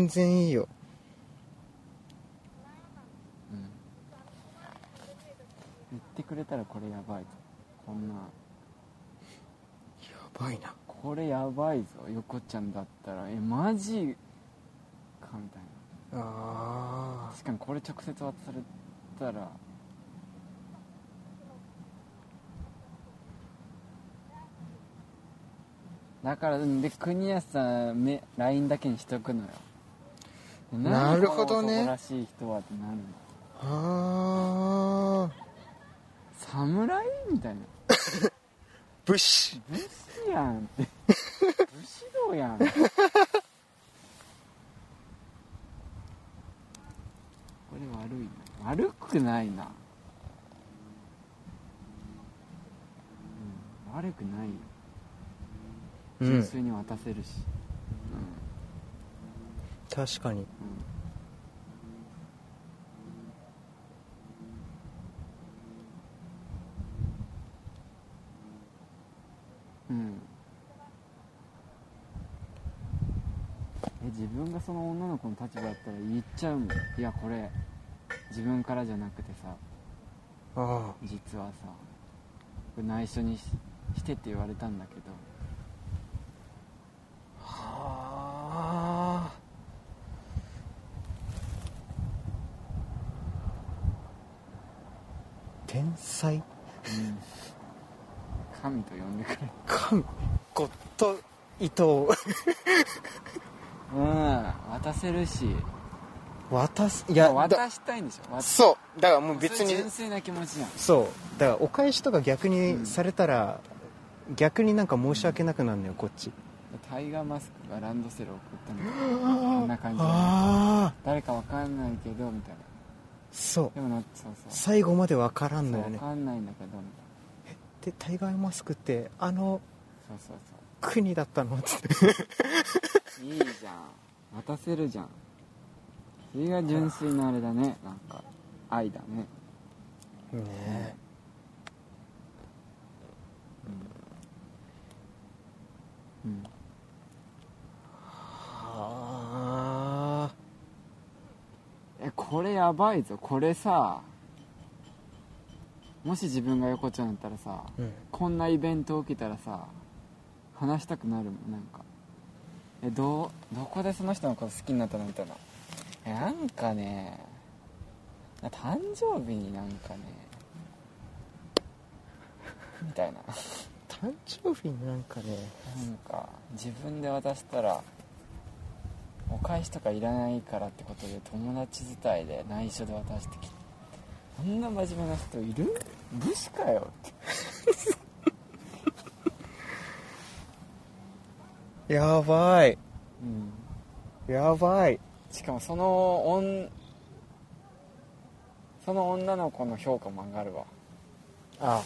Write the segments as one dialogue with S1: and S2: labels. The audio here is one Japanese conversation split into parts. S1: 全然いいよ
S2: うん言ってくれたらこれやばいぞこんな
S1: やばいな
S2: これやばいぞ横ちゃんだったらえマジかみたいな
S1: あ
S2: 確かにこれ直接渡されたらだからで国安さんめ LINE だけにしとくのよで
S1: なるほどね
S2: 何この男らしい人はってなるの
S1: ーあー
S2: 侍みたいな
S1: 武士
S2: 武士やんって武士道やんこれ悪いな悪くないな、うん、悪くないよ
S1: う
S2: 純
S1: ん
S2: 粋に渡せるし、
S1: 確かに
S2: うんうんうんえ自分がその女の子の立場だったら言っちゃうもんいやこれ自分からじゃなくてさ
S1: あ
S2: 実はさこれ内緒にししてって言われたんだけど
S1: あはあ天才
S2: うん神と呼んでくれ
S1: 神ゴッド伊藤
S2: うん渡せるし
S1: 渡すい
S2: いや
S1: やだ
S2: 渡したいんでしょ渡
S1: そうだからもう別
S2: それ
S1: に
S2: 純粋な気持ちじゃん
S1: そうだからお返しとか逆
S2: う
S1: に
S2: ん
S1: されたら、逆になんか申し訳なくなるのよこっち
S2: タイガーマスクがランドセルを送ったの
S1: あー
S2: んな感じ
S1: あ
S2: 誰かわかんないけどみたい
S1: ー
S2: な
S1: そう
S2: でもなそうそう
S1: 最後まで分からんのよ
S2: わ
S1: ね
S2: かんないんだけどみ
S1: でタイガーマスクってあの
S2: たいなそうそう
S1: 国だったのつって
S2: そういいじゃん渡せるじゃんそれが純粋なあれだねなんか愛だね
S1: ねえ
S2: うん
S1: あ
S2: えこれやばいぞこれさもし自分が横丁だったらさ
S1: ーうん
S2: こんなイベント起きたらさ話したくなるもんなんかえどうどこでその人のこと好きになったのみたいなえなんかね誕生日になんかねみたいな
S1: 誕生日なんかね
S2: なんか自分で渡したらお返しとかいらないからってことで友達伝いで内緒で渡してきてあんな真面目な人いる武士かよって
S1: やばい
S2: うん
S1: やばい
S2: しかもその女その女の子の評価も上がるわ、
S1: あ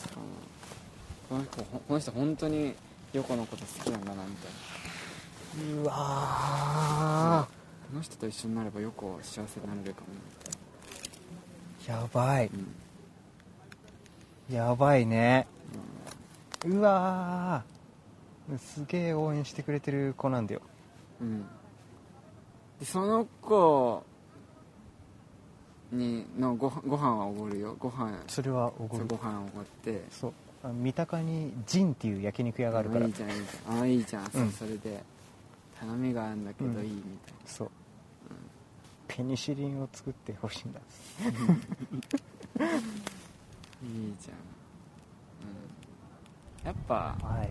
S2: この子この人本当に横のこと好きなんだなみたい
S1: わ
S2: うな
S1: あ
S2: この人と一緒になれば横は幸せになれるかも
S1: やばい
S2: みたいな、
S1: やばいねうわーすげえ応援してくれてる子なんだよ
S2: うんうん、でその子にのごご飯はおごるよご飯
S1: それはおご
S2: そう
S1: る
S2: ご飯おごって
S1: そうあ三鷹にジンっていう焼肉屋があるから
S2: いいじゃんいいじゃんあいいじゃん、そう
S1: うん
S2: それで頼みがあるんだけどいいみたいな
S1: そう、ペニシリンを作ってほしいんだ
S2: いいじゃん、うん、やっぱ
S1: はい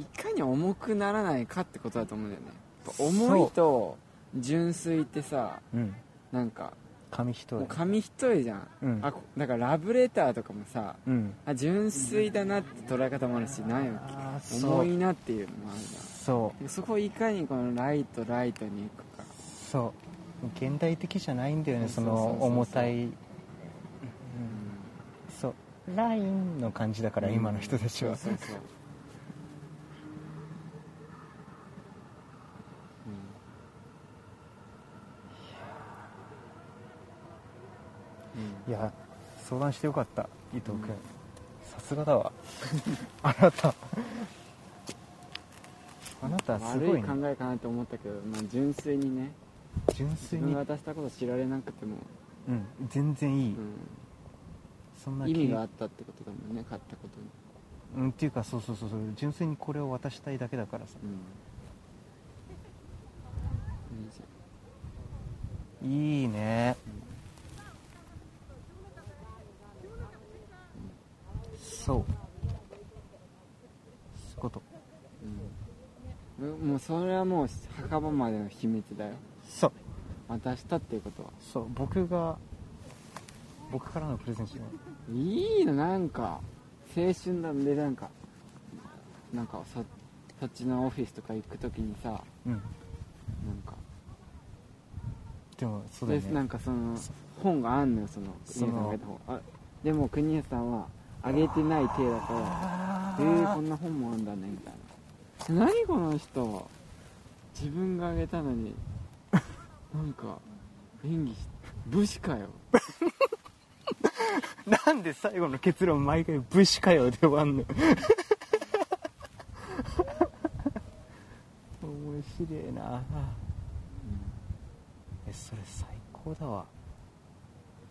S2: いかに重くならないかってことだと思うんだよねやっぱ重いと純粋ってさ
S1: うん
S2: なんか
S1: 紙一
S2: も
S1: 重
S2: う紙一重じゃん、
S1: うん
S2: あこだからラブレターとかもさ
S1: うん
S2: あ純粋だなって捉え方もあるしなんや
S1: ああそ
S2: 重
S1: う
S2: いなっていうのもあるじ
S1: そう
S2: ゃんそこをいかにこのライトライトに行くか
S1: そう現代的じゃないんだよねそ
S2: そうそうそうそう
S1: の重たいそうラインの感じだから、今の人たちは
S2: そうそうそう、うんうん
S1: いや相談してよかった伊藤君、
S2: うん
S1: さすがだわあなたあなたはすごいね
S2: 悪い考えかなって思ったけど、まあ、純粋にね
S1: 純
S2: 自
S1: 粋
S2: 分
S1: に
S2: が渡したこと知られなくても、
S1: うん全然いい、
S2: う、
S1: そんなん
S2: 意味があ
S1: け
S2: ったってことだもんね買ったことに、
S1: うん、っていうかそうそうそうそう純粋にこれを渡したいだけだからさ
S2: うん、いいじゃん
S1: いいねそうそういうこと
S2: うん、うん、もうそれはもう墓場までの秘密だよ
S1: そう
S2: 渡したっていうことは
S1: そう僕が僕からのプレゼントじゃない
S2: いいのなんか青春なんでなんかなんかそそっちのオフィスとか行く時にさなん
S1: うん
S2: か
S1: でもそうだよ
S2: でな
S1: ね
S2: んかその
S1: そ
S2: 本があんのよその
S1: そ
S2: 国
S1: の
S2: 枝さんがあげた本あでも国枝さんはあげてない体だから
S1: あ
S2: えー、こんな本もあんだねみたいな何この人自分があげたのになんか演技し武士かよ
S1: なんで最後の結論毎回「武士かよ」で終わんの面白いなえそれ最高だわ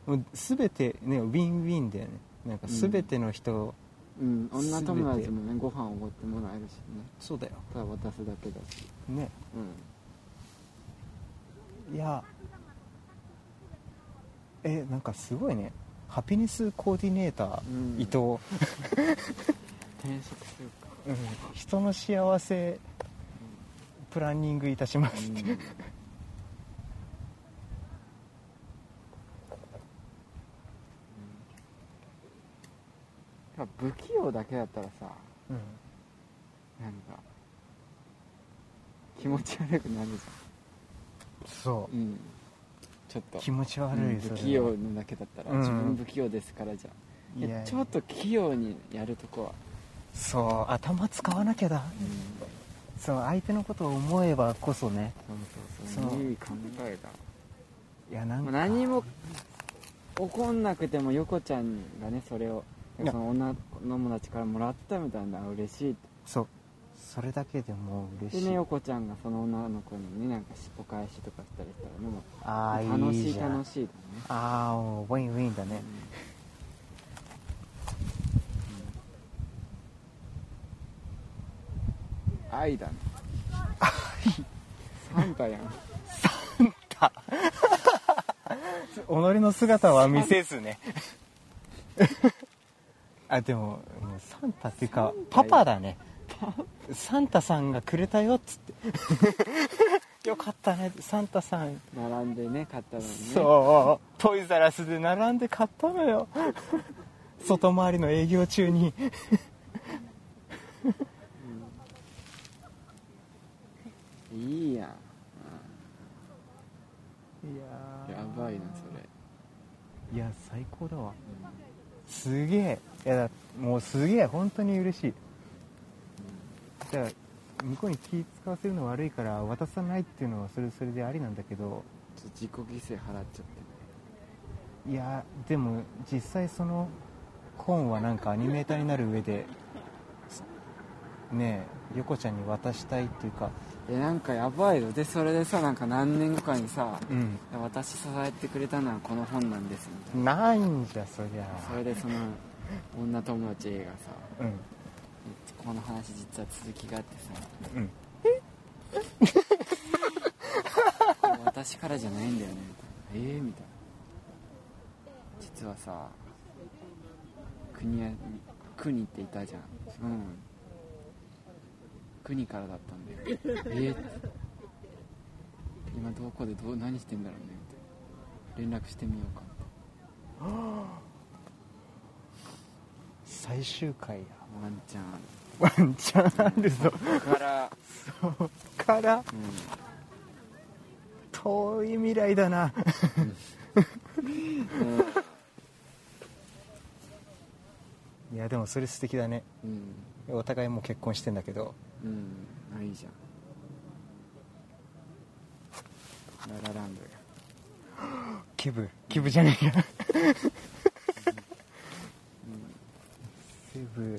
S1: もう全てねウィンウィンだよねなんか全ての人、
S2: うん、女友
S1: 全て
S2: 達もねご飯おごってもらえるしね
S1: そうだよ
S2: ただ渡すだけだし
S1: ね
S2: うん
S1: いやえなんかすごいねハピネスコーディネーター、
S2: うん
S1: 伊藤、
S2: 転職するか
S1: うん、人の幸せプランニングいたします、
S2: うんまあ不器用だけだったらさ
S1: うん
S2: なんか気持ち悪くなるじ
S1: そ
S2: ゃん、うん、ちょっ
S1: う
S2: と
S1: 気持ち悪い、
S2: うん
S1: それ
S2: 不
S1: は
S2: 器用のだけだったら、
S1: うん
S2: 自分不器用ですからじゃん
S1: い
S2: い
S1: や
S2: やちょっと器用にやるとこは、
S1: そう頭使わなきゃだ
S2: うん、
S1: そう相手のことを思えばこそね
S2: そうそうそ
S1: そうう
S2: いい考えだ
S1: いやなん
S2: も
S1: か
S2: う何も怒んなくても横ちゃんがねそれを
S1: いや
S2: その女の友達からもらったみたいなのは嬉しいっ
S1: そうそれだけでもう
S2: て
S1: 嬉し
S2: で
S1: い、
S2: ね横ちゃんがその女の子にねなんかお返しとかしたりしたらねもう
S1: ああ
S2: 楽
S1: い
S2: し
S1: い
S2: い
S1: じゃん
S2: 楽しいだね
S1: ああもうウィンウィンだね、
S2: うん 愛だね愛サンタやん
S1: 己の姿は見せず ねあでももうサンタっていうか
S2: サンタ
S1: パ
S2: よ
S1: パだねサンタさんがくれたよっつって よかったねサンタさん、
S2: 並んでね買ったのにね
S1: そうトイザラスで並んで買ったの よ外回りの営業中に
S2: いいやん
S1: い
S2: やばいなそれ
S1: いや最高だわすげえいやだもうすげえ本当に嬉しいだから向こうに気使わせるの悪いから渡さないっていうのはそれそれでありなんだけど
S2: ちょっと自己犠牲払っちゃってね
S1: いやでも実際その本はなんかアニメーターになる上でねえ横ちゃんに渡したいっていうか
S2: えなんかやばいよでそれでさなんか何年後かにさ
S1: うん
S2: 「私支えてくれたのはこの本なんです」みたい
S1: ないんじゃそり
S2: なそ
S1: ゃ
S2: れでその女友達がさ
S1: うん
S2: この話実は続きがあって
S1: うん
S2: さ「私からじゃないんだよね」みたいな「ええー」みたいな実はさ国や国っていたじゃんうん国からだったんだよえっ、今どこでどう何してんだろうねみたいな連絡してみようか
S1: 最終回や
S2: ワンちゃんある
S1: ワンチャンあるぞ
S2: だから、
S1: そっ から
S2: う
S1: 遠い未来だな
S2: ん、
S1: いやでもそれ素敵だね
S2: うん、
S1: お互いもう結婚してんだけど
S2: うん、あ、いいじゃん。ララランドや。
S1: キブキブじゃねえやキブ
S2: うん、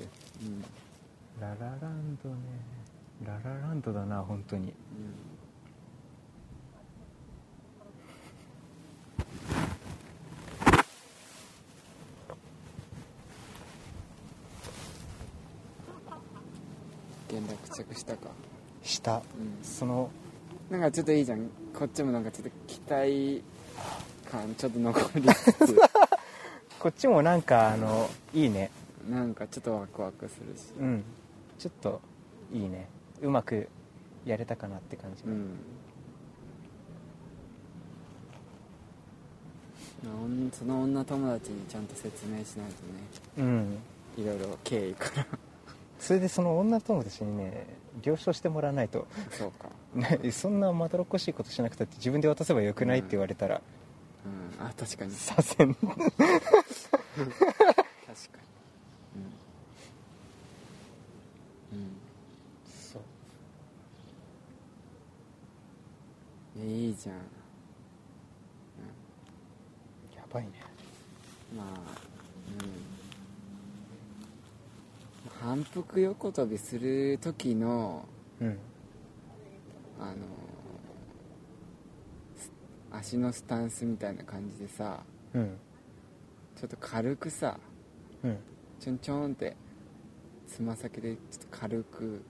S1: ララランドねララランドだな本当に
S2: うん現落着したか
S1: した
S2: うん
S1: その
S2: なんかちょっといいじゃんこっちもなんかちょっと期待感ちょっと残りつ つ
S1: こっちもなんかあのいいね
S2: なんかちょっとワクワクするし
S1: うんちょっといいねうまくやれたかなって感じ、
S2: うんまあおんその女友達にちゃんと説明しないと
S1: う
S2: ね
S1: ん
S2: いろいろ経緯から
S1: それでその女友達にね了承してもらわないと
S2: そうか
S1: ねそんなまどろっこしいことしなくたって自分で渡せばよくないって言われたら
S2: うんあ確かに
S1: 左遷
S2: 確かにうん、
S1: そう
S2: うん、いやいいじゃん
S1: やばいね
S2: まあうん反復横跳びする時の
S1: うん
S2: あのす足のスタンスみたいな感じでさ
S1: うん
S2: ちょっと軽くさ
S1: うん
S2: ちょんちょんってつま先でちょっと軽く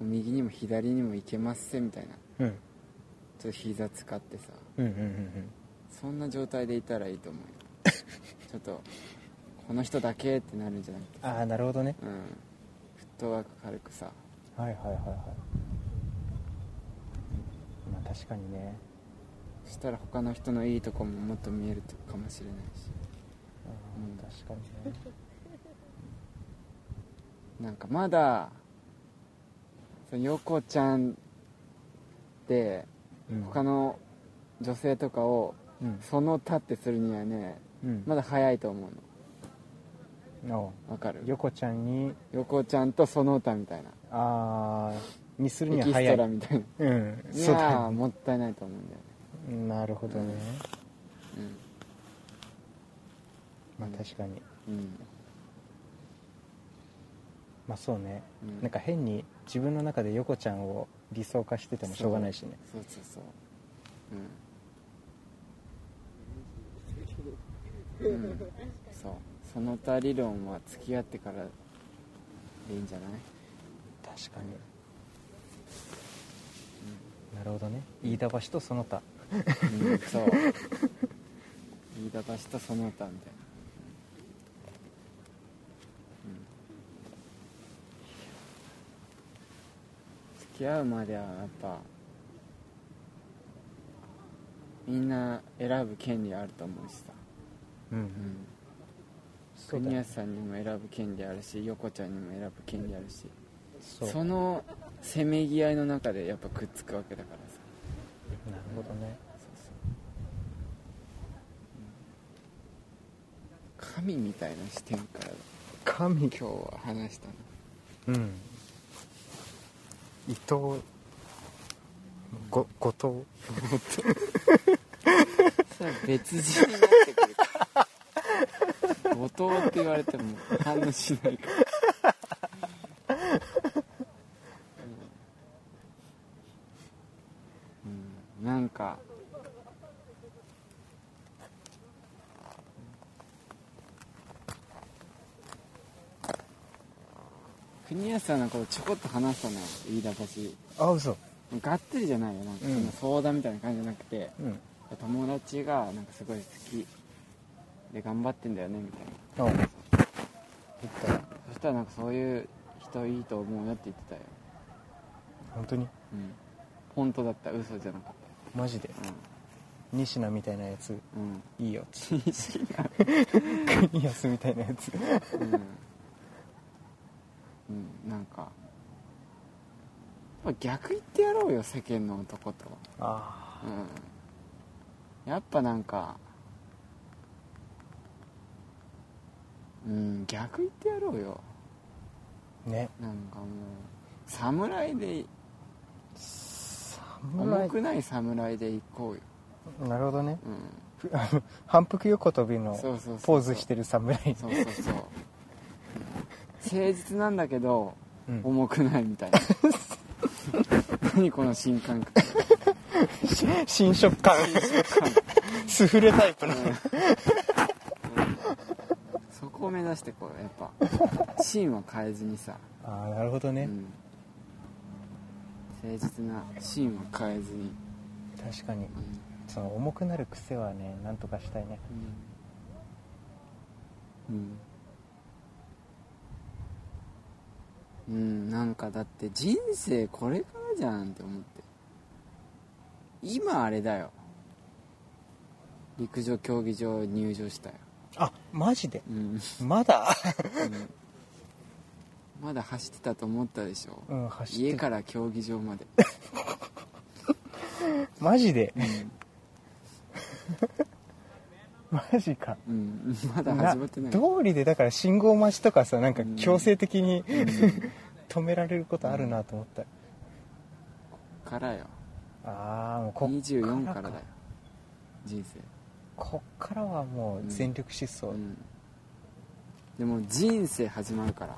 S2: 右にも左にも行けますせみたいな
S1: うん
S2: ちょっと膝使ってさ
S1: うんうんうん
S2: そんな状態でいたらいいと思うよちょっとこの人だけってなるんじゃなくて
S1: ああなるほどね
S2: うんフットワーク軽くさ
S1: はいはいはいはいまあ確かにね
S2: そしたら他の人のいいとこももっと見えるかもしれないし
S1: うん
S2: うん
S1: 確かにね
S2: なんかまだその横ちゃんで
S1: うん
S2: 他の女性とかを
S1: うん
S2: その立ってするにはね
S1: うん
S2: まだ早いと思う
S1: おう
S2: のわかる
S1: 横ちゃんに
S2: 横ちゃんとその他みたいな
S1: ああにするに
S2: エ
S1: は
S2: キス
S1: 早
S2: トラ
S1: い
S2: みたいな
S1: うん
S2: い
S1: そう
S2: や
S1: だ
S2: ーもったいないと思うんだよね
S1: なるほどねまあ
S2: うん
S1: 確かに
S2: うんうん
S1: まあそうね
S2: うん
S1: なんか変に自分の中で横ちゃんを理想化しててもしょうがないしね
S2: そうそうそううん、うん、そうその他理論は付き合ってからでいいんじゃない、
S1: 確かになるほどね飯田橋とその他
S2: うんうん、そう飯田橋とその他みたいなうん付き合うまではやっぱみんな選ぶ権利あると思うしさ
S1: う
S2: うん
S1: んそうだ
S2: 国
S1: ね
S2: 安さんにも選ぶ権利あるし横ちゃんにも選ぶ権利あるし
S1: そ
S2: そうのせめぎ合いの中でやっぱくっつくわけだからさ
S1: なるほどね
S2: そうそう神みたいな視点から
S1: 神
S2: 今日は話したの
S1: うん伊藤ご後
S2: それは別人になってくるから後藤って言われても反応しないからうん、うんなんか国安さんのことちょこっと話したのよ飯田橋
S1: 藤あ嘘
S2: がっつりじゃないよなんかそ
S1: うん
S2: の相談みたいな感じじゃなくて、
S1: うん
S2: 友達がなんかすごい好きで頑張ってんだよねみたいな
S1: あ言ったら
S2: そしたらなんかそういう人いいと思うよって言ってたよ
S1: 本当に
S2: うん本当だった嘘じゃなかっ
S1: マジで
S2: た
S1: 仁科みたいなやつ
S2: うんうん
S1: いい よ
S2: 真摯な
S1: 国安みたいなやつ
S2: うん、うん、なんかやっぱ逆言ってやろうよ世間の男と
S1: あ
S2: うんやっぱなんかうん逆言ってやろうよ
S1: あね
S2: なんかもう侍で重
S1: 侍
S2: くない侍で行こうよ、
S1: なるほどね
S2: う
S1: ふ
S2: ん、
S1: あの反復横跳びの
S2: そうそうそう
S1: ポーズしてる侍
S2: そうそうそう、うん誠実なんだけど
S1: うん
S2: 重くないみたいな何この新感覚
S1: 新食感スフレタイプの
S2: そこを目指してこうやっぱ芯は変えずにさ、
S1: ああなるほど
S2: う
S1: ね、
S2: ん、誠実な芯は変えずに、
S1: 確かに
S2: うん
S1: その重くなる癖はねなんとかしたいね
S2: うんうん、うん、なんかだって人生これからじゃんって思って今あれだよ陸上競技場入場したよ、
S1: あマジで
S2: うん、
S1: まだ
S2: うんまだ走ってたと思ったでしょ、
S1: うん走って
S2: 家から競技場まで、
S1: マジで
S2: うん
S1: マジか
S2: うん、まだ始まってない
S1: 通りでだから信号待ちとかさなんか
S2: うん
S1: 強制的に、
S2: うん
S1: 止められることあるなと思った、
S2: からよ
S1: ああもうこっ
S2: 24
S1: から
S2: か
S1: から
S2: だよ人生
S1: こっからはもう全力疾走、
S2: うんでも人生始まるから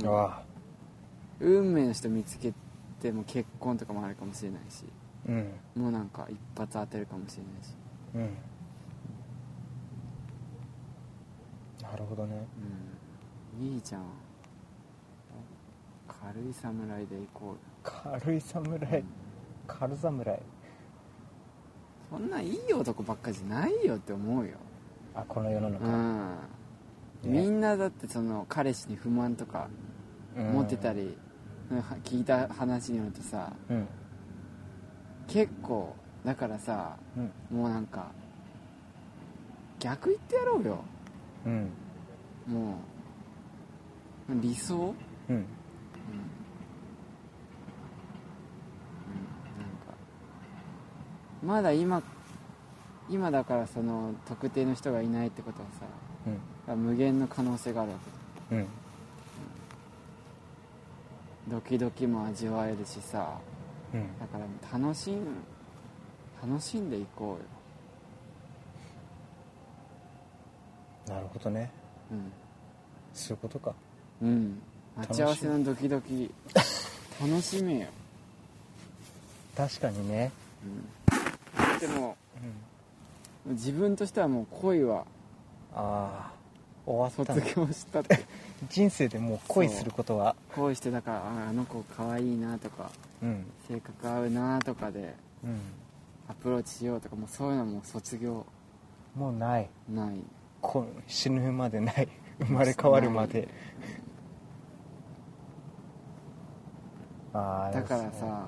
S1: あ
S2: も
S1: あ
S2: う運命の人見つけても結婚とかもあるかもしれないし
S1: うん
S2: もうなんか一発当てるかもしれないし、
S1: うんなるほどね
S2: うん、いいじゃん軽い侍で行こ
S1: 軽いう
S2: よ、
S1: 侍、
S2: うん
S1: 軽侍
S2: そんないい男ばっかじゃないよって思うよ
S1: あこの世の
S2: う
S1: 中、
S2: んみんなだってその彼氏に不満とか
S1: うん
S2: 持ってたり、は聞いた話によるとさ
S1: うん
S2: 結構だからさ
S1: うん
S2: もうなんか逆言ってやろうよ
S1: うん
S2: もう理想、うんうん、
S1: うん
S2: なんかまだ今今だからその特定の人がいないってことはさ無限の可能性があるわけ
S1: うんうん
S2: ドキドキも味わえるしさ
S1: うん
S2: だから楽しん楽しんでいこうよ
S1: なるほどね
S2: うん
S1: そういうことか
S2: うん
S1: 楽しみ
S2: 待ち合わせのドキドキ楽しめよ、
S1: 確かにね
S2: うん、でも
S1: うん
S2: 自分としてはもう恋は
S1: ああ終わった
S2: 卒
S1: ね
S2: 業したって
S1: 人生でもう恋することは
S2: 恋してだから ああの子可愛いなとか
S1: うん
S2: 性格合うなとかで
S1: うん
S2: アプローチしようとかもうそういうのもう卒業
S1: もうない
S2: ない
S1: こ死ぬまでない 生まれ変わるま
S2: な
S1: で
S2: い
S1: ああ
S2: だからさ、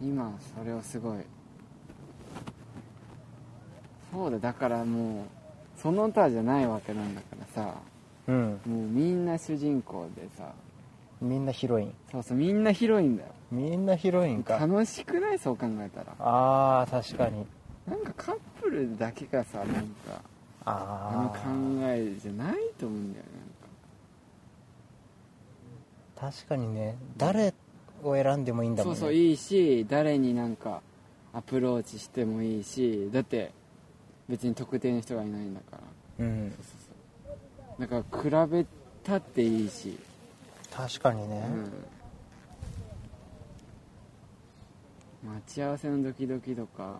S2: うん、今それをすごいそうだだからもうその他じゃないわけなんだからさ
S1: うん
S2: もうみんな主人公でさ
S1: みんなヒロイン
S2: そうそうみんなヒロインだよ
S1: みんなヒロインか
S2: 楽しくないそう考えたら
S1: ああ確かに
S2: なんかカップルだけがさなんかあの
S1: あ
S2: 考
S1: あ
S2: えじゃないと思うんだよね
S1: 確かにね誰を選んでもいいん
S2: なんか
S1: だ
S2: そ
S1: もん
S2: う
S1: ね
S2: そういいし誰になんかアプローチしてもいいしだって別に特定の人がいないんだから
S1: うん
S2: だから比べたっていいし、
S1: 確かに
S2: う
S1: ね、
S2: ん、待ち合わせのドキドキとか、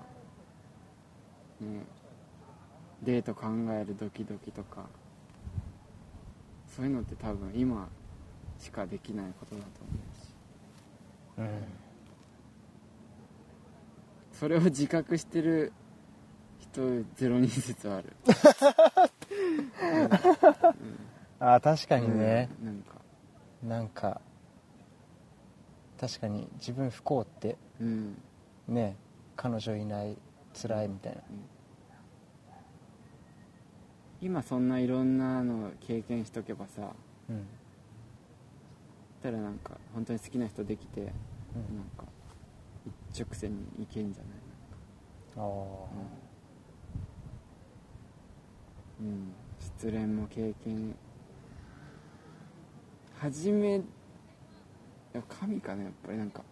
S2: ね、デート考えるドキドキとかそういうのって多分今しかできないことだと思う
S1: う
S2: し
S1: ん
S2: それを自覚してる人ゼロ人説はある
S1: ああ確かにね、
S2: うんなんか
S1: なんか確かに自分不幸って
S2: うん
S1: ね彼女いない辛いみたいな
S2: 今そんないろんなの経験しとけばさ
S1: うん
S2: ったらなんか本当に好きな人できてなん
S1: うん
S2: か一直線に行けんじゃ
S1: あ
S2: ない
S1: あ
S2: うん、うん、失恋も経験初めいや神かなやっぱりなんか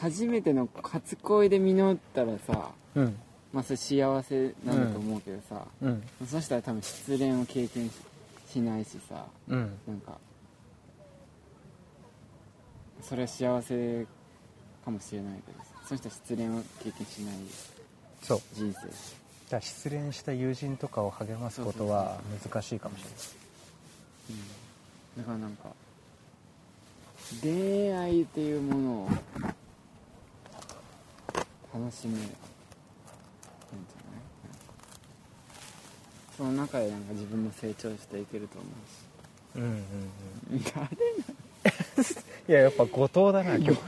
S2: 初めての初恋で実ったらさ
S1: うん
S2: まあそれ幸せなんだと思うけどさ、
S1: うん
S2: そしたら多分失恋を経験ししないしさ
S1: うん
S2: なんかそれは幸せかもしれないけどさその人は失恋を経験しない
S1: そう
S2: 人生
S1: だから失恋した友人とかを励ますことは難しいかもしれない
S2: だからなんか恋愛っていうものを楽しめるなんていうのねなんかその中でなんか自分も成長していけると
S1: うん
S2: 思
S1: うんうん
S2: う し誰
S1: いややっぱ後藤だな今日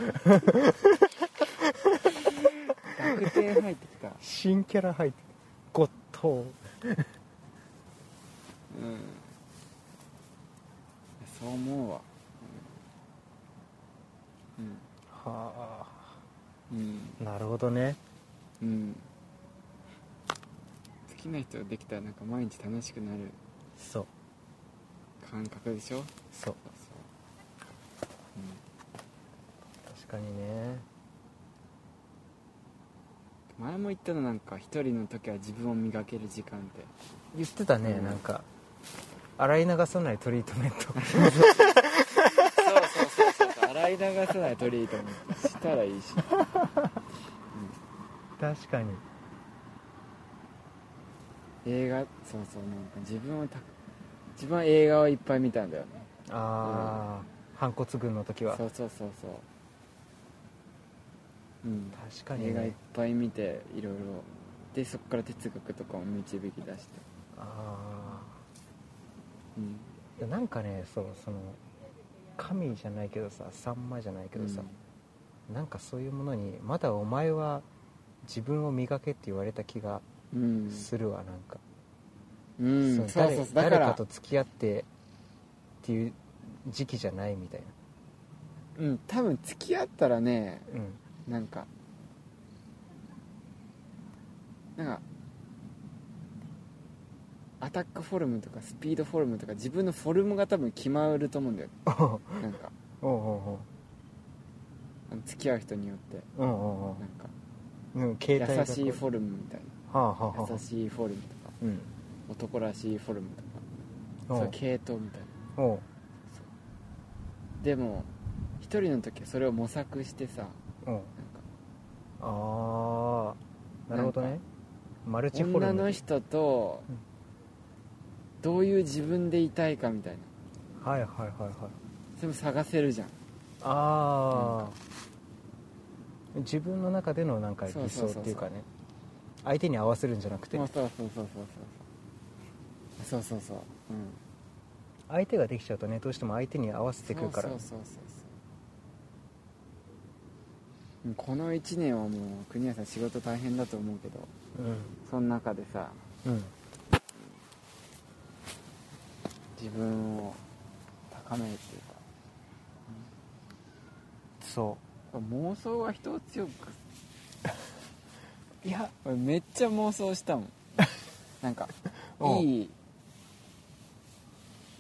S2: 確定入ってきた
S1: 新キャラ入ってる後
S2: うんそう思うわ
S1: 藤は
S2: うんうん、
S1: あなるほどね
S2: うんうん、好きな人ができたらなんか毎日楽しくなる
S1: そう
S2: 感覚でしょ
S1: そう確かにね
S2: 前も言ったのなんか一人の時は自分を磨ける時間って
S1: 言ってたね、
S2: うん
S1: なんか洗い流さないトリートメント
S2: そうそうそうそう洗い流さないトリートメントしたらいいし、
S1: 確かに
S2: うん、映画そうそうなんか自分をた自分は映画をいっぱい見たんだよね
S1: ああ、反骨軍の時は
S2: そうそうそうそううん
S1: 確かに
S2: 映画いっ
S1: ね
S2: ぱい見ていろいろでそこから哲学とかを導き出して
S1: あ
S2: うん
S1: あなんかねそうその神じゃないけどささんまじゃないけどさ、なんかそういうものにまだお前は自分を磨けって言われた気が
S2: うん、
S1: するわなんか、
S2: うん、
S1: そ
S2: そう
S1: の誰
S2: そうそうだ
S1: 誰
S2: か
S1: からと付き合ってっていう時期じゃないみたいな
S2: うん多分付き合ったらね
S1: うん
S2: なんかなんかアタックフォルムとかスピードフォルムとか自分のフォルムが多分決まると思うんだよ
S1: おう
S2: なんか
S1: おうお
S2: あの付き合う人によって
S1: うおうおうお
S2: なんか
S1: ううん携帯
S2: 優
S1: が
S2: しいフ
S1: ォ
S2: ォルムみたい
S1: はあ、はあは
S2: な優しいフォルムとか
S1: あ、うん
S2: 男らしいフォルムとか
S1: お
S2: そう
S1: う
S2: 系統みたいな
S1: おう
S2: でも一人の時はそれを模索してさなん
S1: おう
S2: か
S1: ああなるほど
S2: なん
S1: ね
S2: か
S1: マルチフォル
S2: 女
S1: ム
S2: の人と
S1: うん
S2: どういう自分でいたいかみたいな
S1: はいはいはいはい
S2: それも探せるじゃん
S1: ああ自分の中でのなんか
S2: そう
S1: 理
S2: そ
S1: 想
S2: うそ
S1: っ
S2: うそう
S1: ていうかね相手に合わせるんじゃなくて
S2: そうそうそうそうそうそうそうそうそううん
S1: 相手ができちゃうとねどうしても相手に合わせてくるから
S2: そうそうそうそうそううんこの1年はもう国谷さん仕事大変だと思うけどその中でさ
S1: うんうん
S2: 自分を高めるっていうか
S1: そ
S2: 妄想は人を強く
S1: ういや
S2: 俺めっちゃ妄想したも んなんか
S1: おう
S2: いい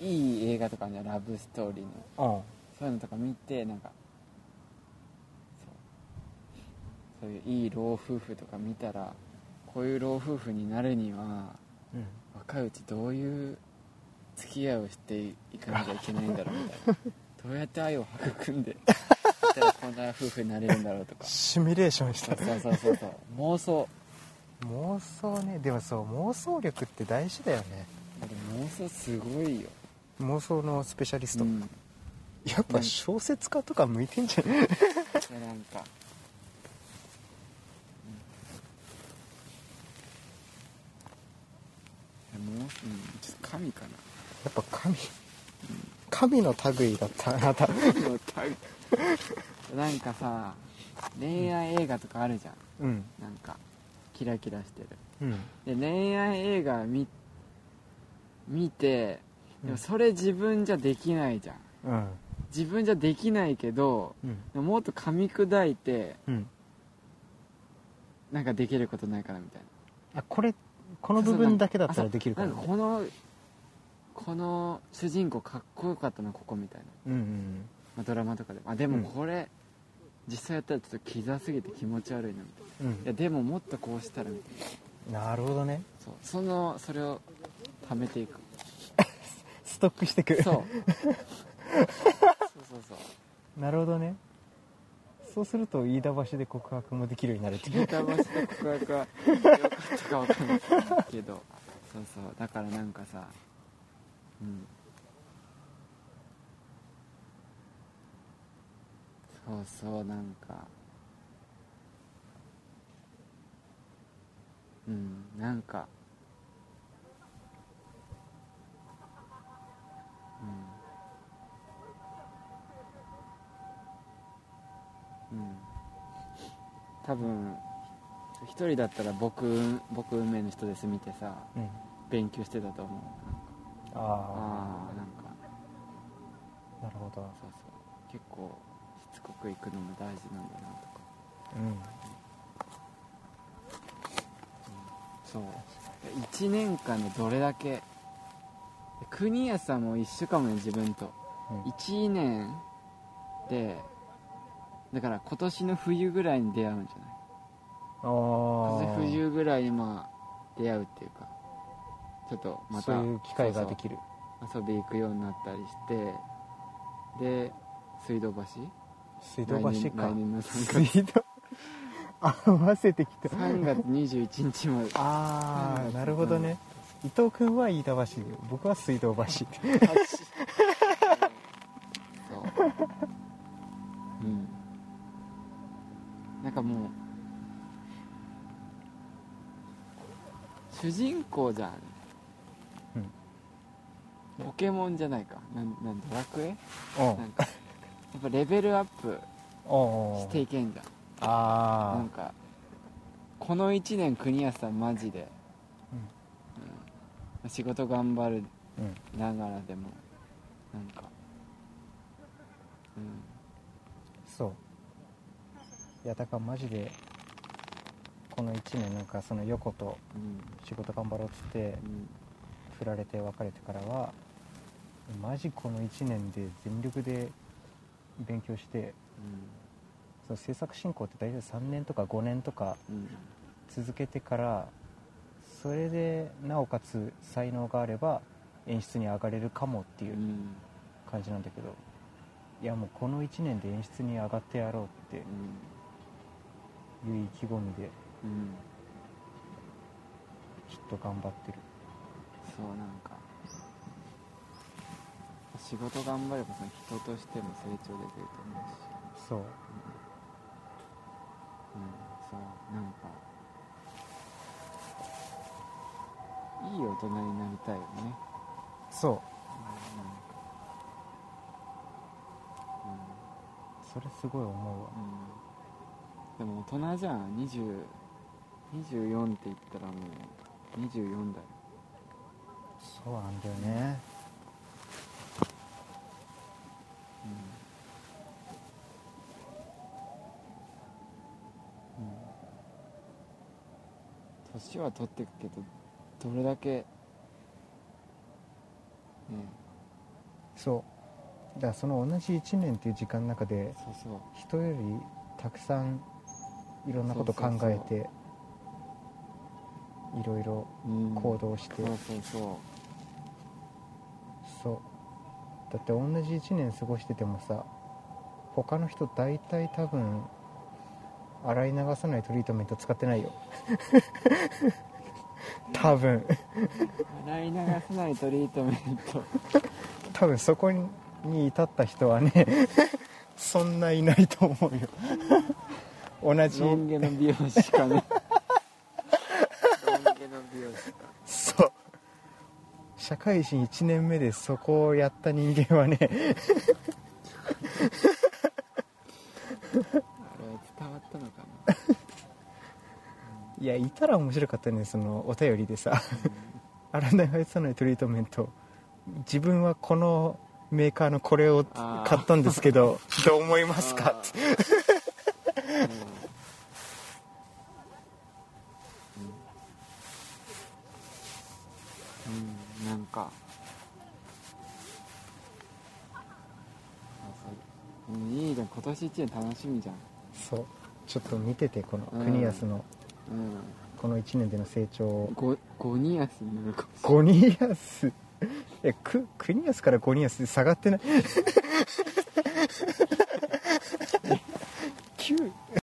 S2: いい映画とかねラブストーリーの
S1: うん
S2: そういうのとか見てなんかそうそういういい老夫婦とか見たらこういう老夫婦になるには
S1: うん
S2: 若いうちどういう付き合いをしていかなきゃいけないんだろうみたいなどうやって愛を育んでいったらこんな夫婦になれるんだろうとかそ
S1: シミュレーションし
S2: うそうそうそうそう妄想
S1: 妄想ねでもそう妄想力って大事だよね
S2: 俺妄想すごいよ、
S1: 妄想のスペシャリスト、
S2: うん、い
S1: やっぱ小説家とか向いてんじゃない、
S2: やなんかうんいや妄想うんちょっと神かな
S1: やっぱ神神の類だったあなた
S2: なんかさ恋愛映画とかあるじゃ
S1: う
S2: ん
S1: ん
S2: なんかキラキラしてる
S1: うん
S2: で恋愛映画見見てでもそれ自分じゃできないじゃん
S1: うん
S2: 自分じゃできないけど
S1: うん
S2: もっと噛み砕いて
S1: うん
S2: なんかできることないかなみたいな
S1: あこれこの部分だけだったらできるか
S2: な
S1: ら
S2: んかこのこの主人公かっこよかったなここみたいな、
S1: うんうん
S2: まあ、ドラマとかでもあで
S1: うん
S2: もこれ、実際やったらちょっとキザすぎて気持ち悪いなみたい
S1: うん
S2: ないやでももっとこうしたらみたいな
S1: なるほどね
S2: そうそのそれを貯めていく
S1: ストックしてく
S2: そうそうそうそう
S1: なるほどねそうすると飯田橋で告白もできるようになるっ ていう
S2: 板橋と告白は良かったか分かんないけどそうそうだからなんかさうんそうそうなんかうんなんかうんうん多分一人だったら僕僕運命の人です見てさ
S1: うん
S2: 勉強してたと思う
S1: あ
S2: ああなんか
S1: あなるほど
S2: そうそう結構しつこく行くのも大事なんだなとか
S1: うん
S2: そう1年間でどれだけ国安さんも一緒かもね自分と
S1: うん
S2: 1年でだから今年の冬ぐらいに出会うんじゃない
S1: あ
S2: 風
S1: あ
S2: 冬ぐらいにまあ出会うっていうかちょっとまた
S1: そういう機会がで
S2: る
S1: きる
S2: 遊び行くようになったりしてで水道橋
S1: 水道橋か
S2: 来年来年の3月
S1: 水道 合わせてきた
S2: 3月21日まで
S1: ああなるほどね伊藤君は飯田橋僕は水道橋
S2: そううんなんかもう主人公じゃん、ポケモンじゃないかなんなんドラクエ
S1: うん
S2: なんかやっぱレベルアップ
S1: おうおう
S2: していけんじゃんな
S1: あ
S2: んかこの1年国安さんマジで、うん仕事頑張る
S1: あうん
S2: ながらでもなんかうん
S1: そういやだからマジでこの1年なんかその横と
S2: うん
S1: 仕事頑張ろうっつって
S2: うん
S1: 振られて別れてからはマジこの1年で全力で勉強してその制作進行って大体3年とか5年とか
S2: うんうん
S1: 続けてからそれでなおかつ才能があれば演出に上がれるかもっていううん感じなんだけどいやもうこの1年で演出に上がってやろうって
S2: うん
S1: いう意気込みで
S2: うん
S1: きっと頑張ってる
S2: そうなんか仕事頑張ればその人としても成長できると思うし
S1: そう
S2: うんそうなんかいい大人になりたいよね
S1: そう
S2: なんかうん
S1: それすごい思うわ
S2: うんでも大人じゃん20 24って言ったらもう24だよ
S1: そうなんだよね
S2: うん、うん、年は取っていくけどどれだけね
S1: そうだからその同じ1年っていう時間の中で
S2: そうそう
S1: 人よりたくさんいろんなこと考えていろいろ
S2: うん
S1: 行動して
S2: そうそうそ
S1: そうだって同じ1年過ごしててもさ他の人大体多分洗い流さないトリートメント使ってない よ多分
S2: う洗い流さないトリートメント
S1: 多分そこに至った人はねそんないないと思うよ同じ
S2: ロン毛の美容師かねロン毛の美容師か
S1: そう社会人1年目でそこをやった人間はね
S2: あれ伝わったのかない
S1: やいたら面白かったねそのお便りでさ洗い流さないトリートメント自分はこのメーカーのこれを
S2: あー
S1: 買ったんですけ どどう思いますかって
S2: あーうん、うん、なんかそうそういいじゃん今年一年楽しみじゃん
S1: そうちょっと見ててこの
S2: うん
S1: 国安の
S2: う
S1: この1年での成長を
S2: んご5人安になるかもし
S1: ゴニアス えく国安からゴニアスで下がってない
S2: れ
S1: 9